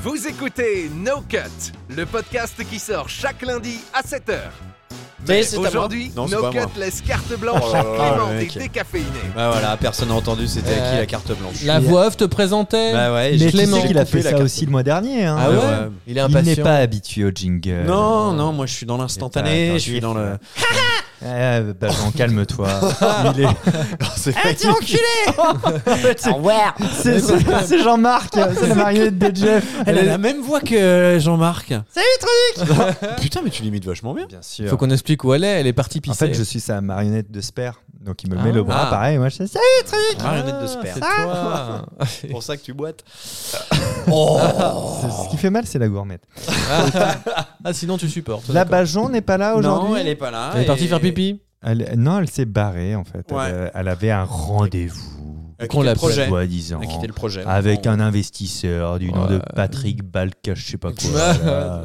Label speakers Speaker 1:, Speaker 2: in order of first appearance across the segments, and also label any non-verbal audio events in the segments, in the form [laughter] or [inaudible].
Speaker 1: Vous écoutez No Cut, le podcast qui sort chaque lundi à 7h.
Speaker 2: Mais c'est à moi.
Speaker 1: Aujourd'hui,
Speaker 3: Non,
Speaker 1: No
Speaker 3: c'est pas
Speaker 1: Cut
Speaker 3: moi.
Speaker 1: laisse carte blanche à
Speaker 3: Oh là là,
Speaker 1: Clément
Speaker 3: le
Speaker 1: des
Speaker 3: mec.
Speaker 1: décaféinés.
Speaker 2: Bah voilà, personne n'a entendu, c'était à
Speaker 4: Euh,
Speaker 2: qui la carte blanche
Speaker 4: La
Speaker 2: Bah
Speaker 4: voix off te présentait.
Speaker 2: ouais,
Speaker 5: Mais
Speaker 2: j'ai-
Speaker 5: tu
Speaker 4: Clément.
Speaker 5: sais qu'il a
Speaker 2: coupé
Speaker 5: fait
Speaker 2: la
Speaker 5: ça
Speaker 2: carte.
Speaker 5: aussi le mois dernier. hein.
Speaker 4: Ah ouais,
Speaker 2: ouais.
Speaker 4: Il est
Speaker 5: Il
Speaker 4: impatient.
Speaker 5: n'est pas habitué au jingle.
Speaker 2: Non, non, moi je suis dans l'instantané,
Speaker 5: Attends,
Speaker 2: je suis dans le.
Speaker 5: Eh, bah, Jean, calme-toi. Il est-
Speaker 2: C'est
Speaker 4: Eh, Au revoir.
Speaker 5: C'est- C'est c'est Jean-Marc, c'est la marionnette de Jeff. [laughs]
Speaker 2: Elle a la même voix que Jean-Marc.
Speaker 4: Salut truc.
Speaker 2: [laughs] Putain, mais tu l'imites vachement bien.
Speaker 5: Bien sûr.
Speaker 4: Faut qu'on explique où elle est. Elle est partie
Speaker 5: En
Speaker 4: pisser.
Speaker 5: fait, je suis sa marionnette de Sper. Donc il me
Speaker 4: Ah.
Speaker 5: met le bras
Speaker 2: Ah.
Speaker 5: pareil. Moi, je sais.
Speaker 4: Ah,
Speaker 2: Marionnette de Sper.
Speaker 4: c'est toi.
Speaker 2: C'est pour ça que tu boites.
Speaker 5: C'est- Ce qui fait mal, c'est la gourmette.
Speaker 4: Ah sinon tu supportes.
Speaker 5: La
Speaker 4: d'accord.
Speaker 5: Bajon n'est pas là Ah, aujourd'hui.
Speaker 2: Non, elle est pas là.
Speaker 4: Elle est partie
Speaker 2: et-
Speaker 4: faire pipi.
Speaker 5: Elle- non, elle s'est barrée en fait. Elle,
Speaker 2: Ouais.
Speaker 5: euh, Elle, avait un rendez-vous.
Speaker 2: Elle a
Speaker 4: Qu'on
Speaker 2: quitté le
Speaker 4: l'appelle.
Speaker 2: projet.
Speaker 5: Soi-disant.
Speaker 2: Elle a quitté le projet.
Speaker 5: Avec
Speaker 2: En
Speaker 5: un investisseur du nom
Speaker 4: Ouais.
Speaker 5: de Patrick Balkash, je sais pas [laughs] quoi.
Speaker 4: Ouais.
Speaker 5: Voilà.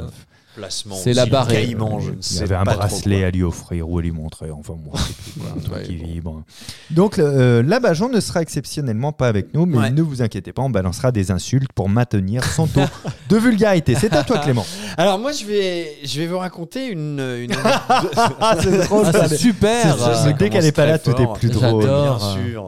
Speaker 2: placement.
Speaker 4: C'est la
Speaker 2: sur
Speaker 4: barre.
Speaker 2: Caïman, je ne
Speaker 5: Il
Speaker 2: sais
Speaker 5: avait un
Speaker 2: pas trop
Speaker 5: bracelet
Speaker 2: quoi.
Speaker 5: à lui offrir ou à lui montrer. Enfin, moi, je sais plus, quoi, un truc
Speaker 4: Ouais,
Speaker 5: qui
Speaker 4: bon.
Speaker 5: vibre. Donc, le- euh, l'abajon ne sera exceptionnellement pas avec nous, mais
Speaker 2: Ouais.
Speaker 5: ne vous inquiétez pas, on balancera des insultes pour maintenir son taux de vulgarité. C'est à toi, Clément.
Speaker 2: Alors moi je vais, je vais vous raconter une. [laughs] une... anecdote.
Speaker 5: Ah, c'est drôle.
Speaker 4: Ah, c'est super.
Speaker 5: c'est- c'est- dès qu'elle est pas là, tout est plus drôle.
Speaker 4: J'adore.
Speaker 2: Bien sûr.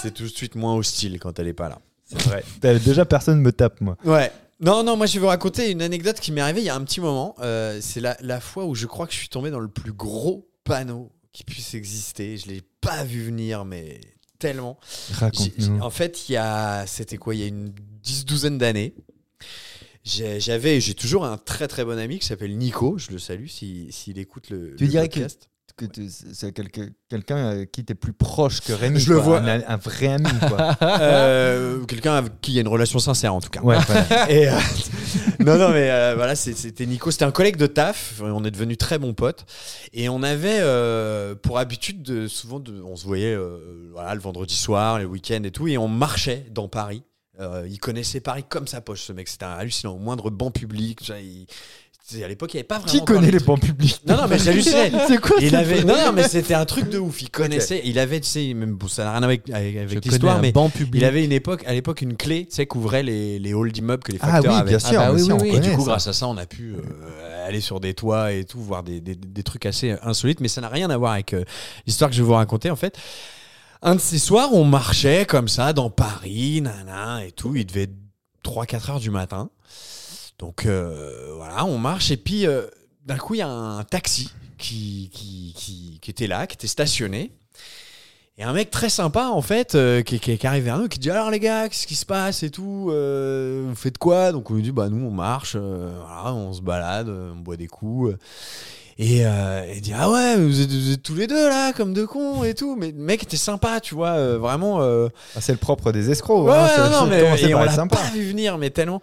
Speaker 2: C'est tout de suite moins hostile quand elle est pas là.
Speaker 5: vrai. Déjà, personne me tape, moi.
Speaker 2: Ouais. Non, non, moi je vais vous raconter une anecdote qui m'est arrivée il y a un petit moment. Euh, c'est la, la fois où je crois que je suis tombé dans le plus gros panneau qui puisse exister. Je l'ai pas vu venir, mais tellement. J'ai- j'ai-
Speaker 5: Raconte-nous.
Speaker 2: En fait, il y a, c'était quoi Il y a une dix douzaine d'années. j'ai- J'avais, j'ai toujours un très très bon ami qui s'appelle Nico. Je le salue s'il si, s'il écoute le.
Speaker 5: Tu
Speaker 2: le
Speaker 5: dirais que-
Speaker 2: podcast.
Speaker 5: Que tu- C'est quelqu'un quelqu'un, euh, qui t'est plus proche que Rémi.
Speaker 2: Je le vois.
Speaker 5: quoi. Un, un vrai ami, quoi.
Speaker 2: Euh, quelqu'un avec qui il y a une relation sincère en tout cas.
Speaker 5: ouais, voilà.
Speaker 2: Et, euh, [laughs] non, non, mais euh, voilà, c'est- c'était Nico, c'était un collègue de taf, on est devenu très bons potes, et on avait euh, pour habitude de souvent, de, on se voyait euh, voilà, le vendredi soir, les week-ends et tout, et on marchait dans Paris. Euh, il connaissait Paris comme sa poche, ce mec, c'était un hallucinant, au moindre banc public, tu vois, il- tu sais, à l'époque, il n'y avait pas vraiment.
Speaker 5: Qui
Speaker 2: encore
Speaker 5: connaît
Speaker 2: les
Speaker 5: les bancs publics
Speaker 2: Non, non, mais j'hallucinais.
Speaker 5: C'est quoi
Speaker 2: il
Speaker 4: [laughs]
Speaker 5: ce
Speaker 2: avait,
Speaker 5: truc
Speaker 2: non, non, mais c'était un truc de ouf. Il connaissait, il avait, tu sais, même, bon, ça n'a rien à voir avec, avec-
Speaker 4: Je
Speaker 2: avec
Speaker 4: connais
Speaker 2: l'histoire,
Speaker 4: un
Speaker 2: mais
Speaker 4: banc public.
Speaker 2: il avait une époque, à l'époque une clé tu sais, qu'ouvraient les, les halls d'immeubles que les
Speaker 5: Ah
Speaker 2: facteurs
Speaker 5: oui,
Speaker 2: avaient.
Speaker 5: bien sûr,
Speaker 4: Ah bah
Speaker 5: bien
Speaker 4: oui,
Speaker 5: sûr,
Speaker 4: oui,
Speaker 5: on
Speaker 4: oui.
Speaker 2: Et du
Speaker 5: connaît
Speaker 2: coup,
Speaker 5: ça.
Speaker 2: grâce à ça, on a pu euh, aller sur des toits et tout, voir des, des- des trucs assez insolites, mais ça n'a rien à voir avec euh, l'histoire que je vais vous raconter en fait. Un de ces soirs, on marchait comme ça dans Paris, nana, et tout. Il devait être 3-4 heures du matin. Donc euh, voilà, on marche, et puis euh, d'un coup, il y a un taxi qui, qui, qui, qui était là, qui était stationné. Et un mec très sympa, en fait, euh, qui, qui, qui arrive vers nous, qui dit Alors les gars, qu'est-ce qui se passe et tout euh, Vous faites quoi Donc on lui dit Bah nous, on marche, euh, voilà, on se balade, euh, on boit des coups. euh. Et euh, il dit Ah ouais, vous êtes, vous êtes tous les deux là, comme deux cons et tout. Mais le mec était sympa, tu vois, euh, vraiment. euh,
Speaker 5: Ah, c'est le propre des escrocs.
Speaker 2: Ouais,
Speaker 5: hein,
Speaker 2: ouais,
Speaker 5: c'est-
Speaker 2: non, non,
Speaker 5: c'est-
Speaker 2: mais
Speaker 5: comment c'est
Speaker 2: et on
Speaker 5: pas
Speaker 2: l'a
Speaker 5: sympa.
Speaker 2: pas vu venir, mais tellement.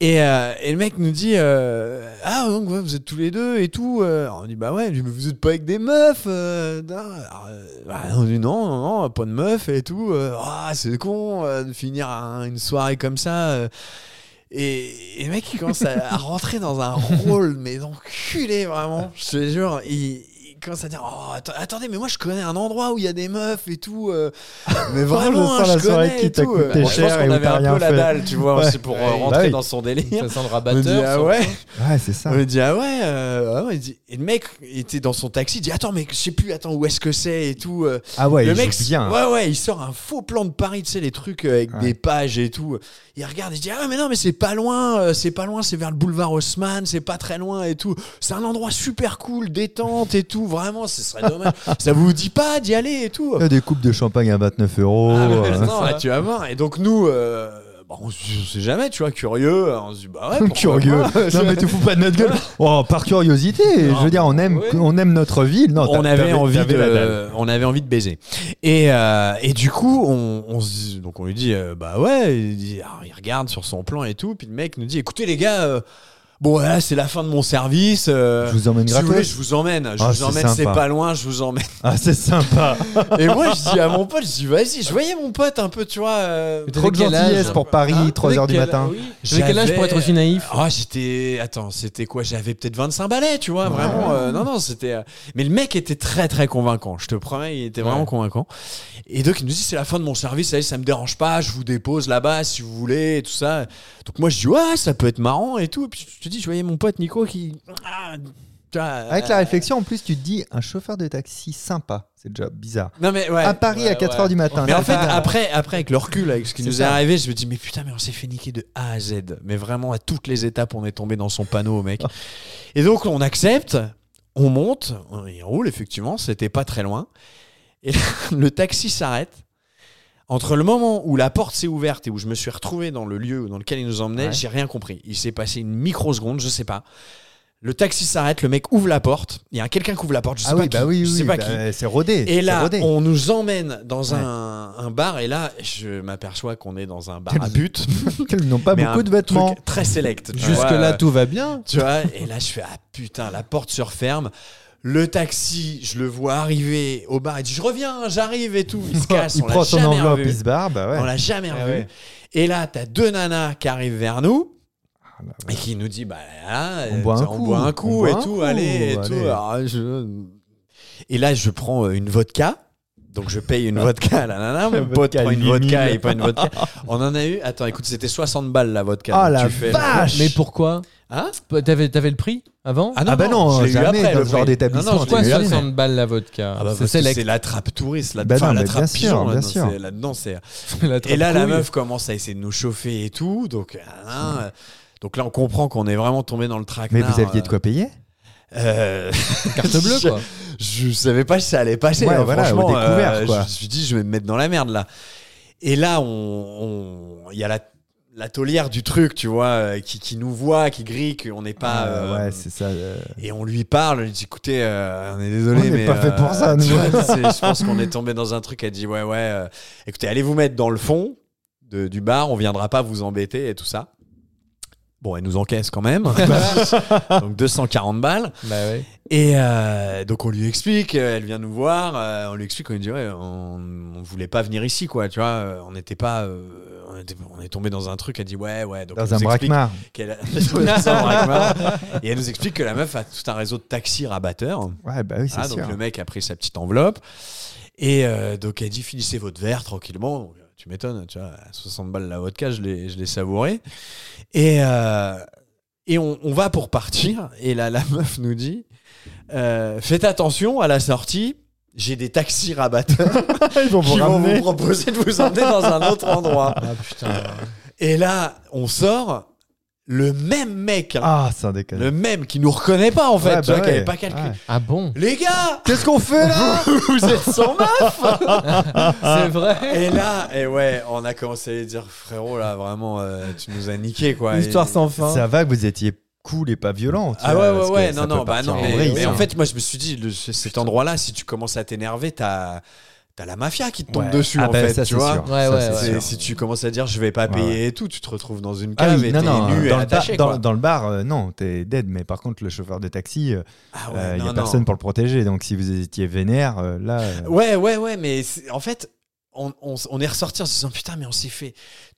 Speaker 2: Et, euh, et le mec nous dit euh, Ah, donc ouais, vous êtes tous les deux et tout. Euh, alors on dit Bah ouais, mais vous êtes pas avec des meufs euh, non. Alors, euh, bah, On dit Non, non, non, pas de meufs et tout. Euh, Ah, c'est con euh, de finir un- une soirée comme ça. euh. Et, et le mec, il commence à, à rentrer dans un
Speaker 5: [laughs]
Speaker 2: rôle, mais enculé, vraiment. Je te jure, il. il commence à dire oh, atte- attendez mais moi je connais un endroit où il y a des meufs et tout
Speaker 5: [laughs]
Speaker 2: euh, mais vraiment
Speaker 5: je
Speaker 2: hein,
Speaker 5: sens
Speaker 2: je,
Speaker 5: la soirée
Speaker 2: connais
Speaker 5: qui
Speaker 2: et
Speaker 5: t'a
Speaker 2: tout
Speaker 5: coûté
Speaker 2: euh. Bon, je pense
Speaker 5: cher et
Speaker 2: qu'on
Speaker 5: où
Speaker 2: avait
Speaker 5: t'as
Speaker 2: un
Speaker 5: rien
Speaker 2: peu la
Speaker 5: fait.
Speaker 2: dalle tu vois
Speaker 5: Ouais.
Speaker 2: aussi pour euh,
Speaker 4: Ouais.
Speaker 2: rentrer
Speaker 5: Bah oui.
Speaker 2: dans son délire
Speaker 4: Ça sent le
Speaker 2: on lui dit
Speaker 4: rabatteur.
Speaker 2: ah [laughs]
Speaker 4: ça.
Speaker 2: ouais
Speaker 5: Ouais, c'est ça.
Speaker 2: on lui dit ah ouais, euh, ah ouais. Il dit- et le mec était dans son taxi il dit attends mais je sais plus attends où est-ce que c'est et tout euh.
Speaker 5: Ah ouais,
Speaker 2: le
Speaker 5: il
Speaker 2: mec
Speaker 5: joue bien.
Speaker 2: ouais ouais il sort un faux plan de Paris tu sais les trucs euh, avec
Speaker 5: Ouais.
Speaker 2: des pages et tout il regarde il dit ah mais non mais c'est pas loin euh, c'est pas loin c'est vers le boulevard Haussmann c'est pas très loin et tout c'est un endroit super cool détente et tout vraiment ce serait
Speaker 5: [laughs]
Speaker 2: dommage ça vous dit pas d'y aller et tout
Speaker 5: Il y a des coupes de champagne à 29 euros.
Speaker 2: ah, mais
Speaker 5: euh, [laughs]
Speaker 2: non, là, tu vas voir. Et donc, nous, euh, bah, on, s- on sait jamais, tu vois, curieux. On se dit, bah ouais, pourquoi
Speaker 5: [laughs] Curieux.
Speaker 2: pas
Speaker 5: non, mais tu fous pas de notre
Speaker 2: [laughs]
Speaker 5: gueule. Oh, par curiosité. je veux dire, on aime,
Speaker 2: oui.
Speaker 5: on aime notre ville. Non,
Speaker 2: on
Speaker 5: t'as-
Speaker 2: avait
Speaker 5: t'avais-
Speaker 2: envie
Speaker 5: t'avais
Speaker 2: de,
Speaker 5: la dalle.
Speaker 2: on avait envie de baiser. Et, euh, et du coup, on, on se- donc ah, on lui dit, euh, bah ouais, il, dit- alors, il regarde sur son plan et tout, puis le mec nous dit, écoutez les gars, euh, Bon, voilà, c'est la fin de mon service. euh,
Speaker 5: Je vous emmène
Speaker 2: si vous voulez,
Speaker 5: gratos.
Speaker 2: je vous emmène. Je
Speaker 5: Ah,
Speaker 2: vous
Speaker 5: c'est
Speaker 2: emmène, c'est
Speaker 5: sympa.
Speaker 2: pas loin, je vous
Speaker 5: [laughs]
Speaker 2: emmène.
Speaker 5: Ah,
Speaker 2: [laughs]
Speaker 5: c'est sympa.
Speaker 2: Et moi, je dis à mon pote, je dis, vas-y, je voyais mon pote un peu, tu vois. euh,
Speaker 4: Mais t'avais
Speaker 5: Trop de
Speaker 4: quel âge
Speaker 5: gentillesse pour Paris,
Speaker 2: Hein
Speaker 5: 3h du
Speaker 4: Quel-
Speaker 5: matin.
Speaker 4: oui. J'avais quel âge pour être aussi naïf
Speaker 2: Ah, j'étais. Attends, c'était quoi J'avais peut-être 25 balais, tu vois, vraiment. euh, non, non, c'était. euh, Mais le mec était très, très convaincant. Je te promets, il était vraiment
Speaker 4: Ouais.
Speaker 2: convaincant. Et donc, il nous dit c'est la fin de mon service, allez, ça me dérange pas, je vous dépose là-bas si vous voulez, et tout ça. Donc, moi, je dis ouais, ça peut être marrant et tout. Et puis, je te dis, je voyais mon pote Nico qui. Ah, tu vois,
Speaker 5: Avec la
Speaker 2: euh,
Speaker 5: réflexion, en plus, tu te dis un chauffeur de taxi sympa. C'est déjà bizarre.
Speaker 2: Non, mais ouais.
Speaker 5: À Paris, à 4h du matin. Ah,
Speaker 2: Mais en
Speaker 5: c'est
Speaker 2: fait,
Speaker 5: pas-
Speaker 2: après, après, avec le recul, avec ce qui
Speaker 4: C'est
Speaker 2: nous est
Speaker 4: ça.
Speaker 2: arrivé, je me dis, mais putain, mais on s'est fait niquer de A à Z. Mais vraiment, à toutes les étapes, on est tombé dans son panneau,
Speaker 5: [laughs]
Speaker 2: mec. Et donc, on accepte, on monte, on y roule, effectivement, c'était pas très loin. Et [laughs] le taxi s'arrête. Entre le moment où la porte s'est ouverte et où je me suis retrouvé dans le lieu dans lequel il nous emmenait,
Speaker 5: Ouais.
Speaker 2: j'ai rien compris. Il s'est passé une microseconde, je sais pas. Le taxi s'arrête, le mec ouvre la porte. Il y a quelqu'un qui ouvre la porte, je sais
Speaker 5: ah
Speaker 2: pas
Speaker 5: oui,
Speaker 2: qui.
Speaker 5: bah oui,
Speaker 2: je sais
Speaker 5: oui,
Speaker 2: pas
Speaker 5: bah,
Speaker 2: qui.
Speaker 5: c'est rodé.
Speaker 2: Et
Speaker 5: c'est
Speaker 2: là,
Speaker 5: rodé.
Speaker 2: on nous emmène dans
Speaker 5: Ouais.
Speaker 2: un, un bar, et là, je m'aperçois qu'on est dans un bar à
Speaker 5: Quel
Speaker 2: but.
Speaker 5: Ils n'ont pas
Speaker 2: mais
Speaker 5: beaucoup
Speaker 2: un
Speaker 5: de vêtements.
Speaker 2: Truc très select. tu vois,
Speaker 4: Jusque-là,
Speaker 2: euh,
Speaker 4: tout va bien.
Speaker 2: Tu vois, et là, je fais, ah putain, la porte se referme. Le taxi, je le vois arriver au bar, il dit, je reviens, j'arrive et tout. Il se casse,
Speaker 5: [laughs] il
Speaker 2: on
Speaker 5: prend
Speaker 2: l'a
Speaker 5: son
Speaker 2: jamais
Speaker 5: enveloppe,
Speaker 2: revu.
Speaker 5: il se barre. Bah ouais.
Speaker 2: On l'a jamais
Speaker 4: Ah
Speaker 2: revu.
Speaker 4: ouais.
Speaker 2: Et là, t'as deux nanas qui arrivent vers nous.
Speaker 5: Ah là
Speaker 2: Et qui nous dit, bah là,
Speaker 5: On
Speaker 2: euh,
Speaker 5: boit un
Speaker 2: on
Speaker 5: coup,
Speaker 2: boit
Speaker 5: on
Speaker 2: un coup
Speaker 5: boit
Speaker 2: et
Speaker 5: un
Speaker 2: tout,
Speaker 5: coup,
Speaker 2: allez, et
Speaker 5: allez.
Speaker 2: tout. Alors, je- Et là, je prends euh, une vodka. Donc, je paye une vodka à la nana. Mon pote
Speaker 5: Vodka
Speaker 2: prend une
Speaker 5: limite.
Speaker 2: vodka et pas une vodka. On en a eu, attends, écoute, c'était 60 balles la vodka.
Speaker 5: Ah
Speaker 2: Donc,
Speaker 5: la
Speaker 2: tu fais-
Speaker 5: vache
Speaker 4: Mais pourquoi
Speaker 2: Hein
Speaker 4: T'avais t'avais le prix avant
Speaker 5: Ah bah non,
Speaker 2: je l'ai eu
Speaker 5: jamais
Speaker 2: après,
Speaker 5: dans
Speaker 2: le
Speaker 5: ce genre
Speaker 2: prix.
Speaker 5: d'établissement,
Speaker 2: Non, non, je
Speaker 4: Pourquoi
Speaker 5: l'ai eu
Speaker 2: l'ai eu
Speaker 5: jamais.
Speaker 4: 60 balles la vodka
Speaker 2: Ah bah, parce
Speaker 4: C'est
Speaker 2: que
Speaker 4: select.
Speaker 2: c'est la trappe touriste, la,
Speaker 5: Bah
Speaker 2: enfin,
Speaker 5: non,
Speaker 2: la
Speaker 5: mais bien
Speaker 2: trappe
Speaker 5: sûr,
Speaker 2: pigeon.
Speaker 5: bien
Speaker 2: là-dedans,
Speaker 5: sûr.
Speaker 2: c'est- Là-dedans, c'est.
Speaker 4: [laughs] La
Speaker 2: Et
Speaker 4: trappe
Speaker 2: là, la
Speaker 4: couille.
Speaker 2: meuf commence à essayer de nous chauffer et tout. Donc, hein, euh, donc là, on comprend qu'on est vraiment tombé dans le trac.
Speaker 5: Mais vous aviez de quoi payer
Speaker 4: Carte bleue, quoi.
Speaker 2: Euh, [laughs] je savais pas si ça allait passer.
Speaker 5: Ouais,
Speaker 2: hein,
Speaker 5: voilà,
Speaker 2: franchement,
Speaker 5: au découvert,
Speaker 2: euh,
Speaker 5: quoi.
Speaker 2: je me suis dit, je vais me mettre dans la merde là. Et là, on, on- il y a la, la taulière du truc, tu vois, euh, qui, qui nous voit, qui grille, qu'on n'est pas.
Speaker 5: Euh,
Speaker 2: euh,
Speaker 5: Ouais, c'est ça. euh,
Speaker 2: et on lui parle, on lui dit écoutez, euh, on est désolé,
Speaker 5: On n'est
Speaker 2: mais. euh,
Speaker 5: pas fait
Speaker 2: [laughs]
Speaker 5: pour ça, nous.
Speaker 2: tu vois, c'est- je pense qu'on est tombé dans un truc. Elle dit ouais, ouais, euh, écoutez, allez vous mettre dans le fond de- du bar, on viendra pas vous embêter et tout ça. Bon, elle nous encaisse quand
Speaker 5: [laughs]
Speaker 2: même. Donc 240 balles.
Speaker 4: Bah ouais.
Speaker 2: Et euh, donc on lui explique, euh, elle vient nous voir, euh, on lui explique, on lui dit ouais, on, on voulait pas venir ici quoi, tu vois, euh, on n'était pas, euh, on, était- on est tombé dans un truc, elle dit ouais ouais, donc elle
Speaker 5: Dans un
Speaker 2: nous explique
Speaker 5: braquemar.
Speaker 2: qu'elle [laughs] dans un braquemar. et elle nous explique que la meuf a tout un réseau de taxis rabatteurs,
Speaker 5: Ouais, bah oui, c'est
Speaker 2: Ah, donc
Speaker 5: sûr.
Speaker 2: le mec a pris sa petite enveloppe et euh, donc elle dit finissez votre verre tranquillement, Donc, tu m'étonnes, tu vois, à 60 balles la vodka, je l'ai je l'ai savouré et euh, et on, on va pour partir. Et là, la [laughs] meuf nous dit euh, Faites attention à la sortie, j'ai des taxis
Speaker 5: [laughs]
Speaker 2: rabatteurs
Speaker 5: Ils vont vous
Speaker 2: qui vont vous
Speaker 5: ramener.
Speaker 2: proposer de vous emmener dans un autre
Speaker 5: [laughs]
Speaker 2: endroit.
Speaker 4: Ah putain.
Speaker 2: Et là, on sort, le même mec, hein,
Speaker 5: Ah, c'est un décalage.
Speaker 2: le même qui nous reconnaît pas en fait,
Speaker 5: Ouais,
Speaker 2: tu
Speaker 5: bah
Speaker 2: vois, qui
Speaker 5: ouais.
Speaker 2: avait pas calculé.
Speaker 5: Ouais.
Speaker 4: Ah [laughs] bon
Speaker 2: Les gars,
Speaker 5: Qu'est-ce qu'on fait là
Speaker 2: vous êtes sans main
Speaker 4: C'est vrai
Speaker 2: Et là, et ouais, on a commencé à lui dire frérot, là vraiment, euh, tu nous as niqué quoi.
Speaker 4: L'histoire
Speaker 2: Et-
Speaker 4: sans fin.
Speaker 5: Ça va que vous étiez cool et pas violent. tu
Speaker 2: Ah
Speaker 5: vois,
Speaker 2: ouais, ouais,
Speaker 5: parce que
Speaker 2: ouais,
Speaker 5: ça
Speaker 2: non,
Speaker 5: peut
Speaker 2: non, bah
Speaker 5: partir
Speaker 2: non,
Speaker 5: en
Speaker 2: mais,
Speaker 5: vrille,
Speaker 2: mais en
Speaker 5: ça.
Speaker 2: fait, moi je me suis dit, le- ce- cet endroit-là, si tu commences à t'énerver, t'as as la mafia qui te tombe
Speaker 5: Ouais.
Speaker 2: dessus,
Speaker 5: Ah
Speaker 2: en
Speaker 5: bah,
Speaker 2: fait,
Speaker 5: ça,
Speaker 2: tu
Speaker 5: c'est
Speaker 2: vois.
Speaker 5: sûr.
Speaker 4: Ouais,
Speaker 5: Ça,
Speaker 4: ouais,
Speaker 5: c'est
Speaker 2: C'est-
Speaker 5: sûr.
Speaker 2: Si tu commences à dire je vais pas
Speaker 5: Ouais,
Speaker 2: payer et tout, tu te retrouves dans une
Speaker 5: Ah
Speaker 2: cave
Speaker 5: oui,
Speaker 2: et
Speaker 5: non,
Speaker 2: t'es
Speaker 5: non,
Speaker 2: nu et
Speaker 5: dans, le bar,
Speaker 2: attaché,
Speaker 5: dans,
Speaker 2: quoi.
Speaker 5: dans le bar, euh, non, t'es dead, mais par contre, le chauffeur de taxi, euh,
Speaker 2: Ah
Speaker 5: euh, il
Speaker 2: ouais, non,
Speaker 5: n'y a
Speaker 2: non.
Speaker 5: personne pour le protéger. Donc, si vous étiez vénère, euh, là. euh,
Speaker 2: Ouais, ouais, ouais, mais c'est- en fait, on, on s- on est ressorti en se disant putain, mais on s'est fait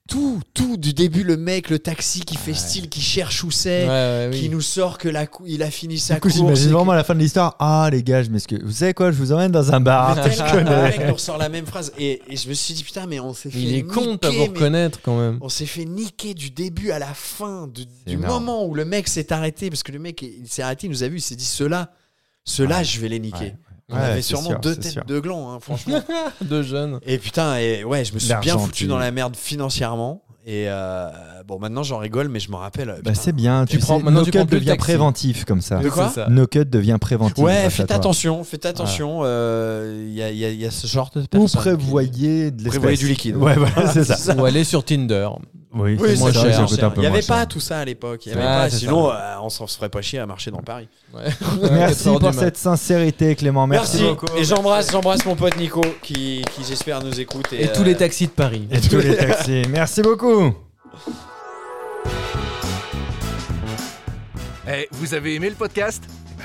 Speaker 2: tout, tout, du début, le mec, le taxi qui fait style, qui cherche où c'est,
Speaker 4: Ouais, ouais, oui.
Speaker 2: qui nous sort que la cou- il a fini sa
Speaker 5: Ah Du coup,
Speaker 2: course.
Speaker 5: j'imagine
Speaker 2: et
Speaker 5: vraiment à la fin de l'histoire. Ah, les gars, je m'excuse. Vous savez quoi Je vous emmène dans un bar.
Speaker 2: Après, là, le mec nous ressort la même phrase. Et, et je me suis dit, putain, mais on s'est fait.
Speaker 4: Il est con de pas
Speaker 2: niquer,
Speaker 4: vous
Speaker 2: mais
Speaker 4: reconnaître quand même.
Speaker 2: On s'est fait niquer du début à la fin, du, du
Speaker 5: énorme.
Speaker 2: moment où le mec s'est arrêté. Parce que le mec, il s'est arrêté, il nous a vu, il s'est dit, ceux-là, ceux-là, je vais les niquer.
Speaker 5: Ouais.
Speaker 2: On
Speaker 5: Ouais,
Speaker 2: avait
Speaker 5: c'est
Speaker 2: sûrement
Speaker 5: sûr,
Speaker 2: deux
Speaker 5: c'est
Speaker 2: têtes
Speaker 5: sûr.
Speaker 2: de gland, hein, [laughs] franchement.
Speaker 4: Deux
Speaker 5: [laughs]
Speaker 4: jeunes.
Speaker 2: et putain, et ouais, je me suis bien
Speaker 5: L'argent,
Speaker 2: foutu
Speaker 5: tu-
Speaker 2: dans la merde financièrement. Et euh, bon, maintenant j'en rigole, mais je me rappelle. euh,
Speaker 5: Bah,
Speaker 2: putain,
Speaker 5: c'est bien. Tu
Speaker 4: Tu prends-
Speaker 5: sais,
Speaker 4: maintenant,
Speaker 5: no
Speaker 4: tu
Speaker 5: cut
Speaker 4: prends plus le
Speaker 5: devient
Speaker 4: taxi.
Speaker 5: préventif comme ça.
Speaker 2: De quoi
Speaker 4: C'est ça.
Speaker 5: No cut devient préventif.
Speaker 2: ouais,
Speaker 5: grâce à
Speaker 2: faites
Speaker 5: toi.
Speaker 2: attention, faites attention. euh, Il y, a, il y a- il y a ce genre de
Speaker 5: Ou
Speaker 2: personnes. qui-
Speaker 5: prévoyez de l'espèce.
Speaker 2: Prévoyez du liquide.
Speaker 5: Ouais, voilà,
Speaker 2: [laughs]
Speaker 5: c'est
Speaker 4: [laughs]
Speaker 5: ça.
Speaker 4: Ou aller sur Tinder.
Speaker 5: Oui,
Speaker 2: Oui,
Speaker 5: c'est moins
Speaker 2: ça,
Speaker 5: cher.
Speaker 2: c'est
Speaker 5: ça
Speaker 2: moins
Speaker 5: coûte
Speaker 2: cher.
Speaker 5: un peu
Speaker 2: Il n'y
Speaker 5: moins
Speaker 2: avait
Speaker 5: cher.
Speaker 2: pas tout ça à l'époque. Il y avait
Speaker 4: Ouais,
Speaker 2: pas.
Speaker 4: c'est ça.
Speaker 2: Sinon, euh, on s'en ferait pas chier à marcher dans Paris.
Speaker 4: Ouais. [laughs]
Speaker 5: Merci
Speaker 4: 4 heures du
Speaker 5: pour
Speaker 4: mat.
Speaker 5: cette sincérité, Clément. Merci.
Speaker 2: Merci. Et j'embrasse, j'embrasse mon pote Nico qui, qui j'espère nous écoute. Et,
Speaker 4: Et tous
Speaker 2: euh,
Speaker 4: les taxis de Paris.
Speaker 5: Et tous les taxis. Merci beaucoup.
Speaker 1: Eh, vous avez aimé le podcast Eh ben,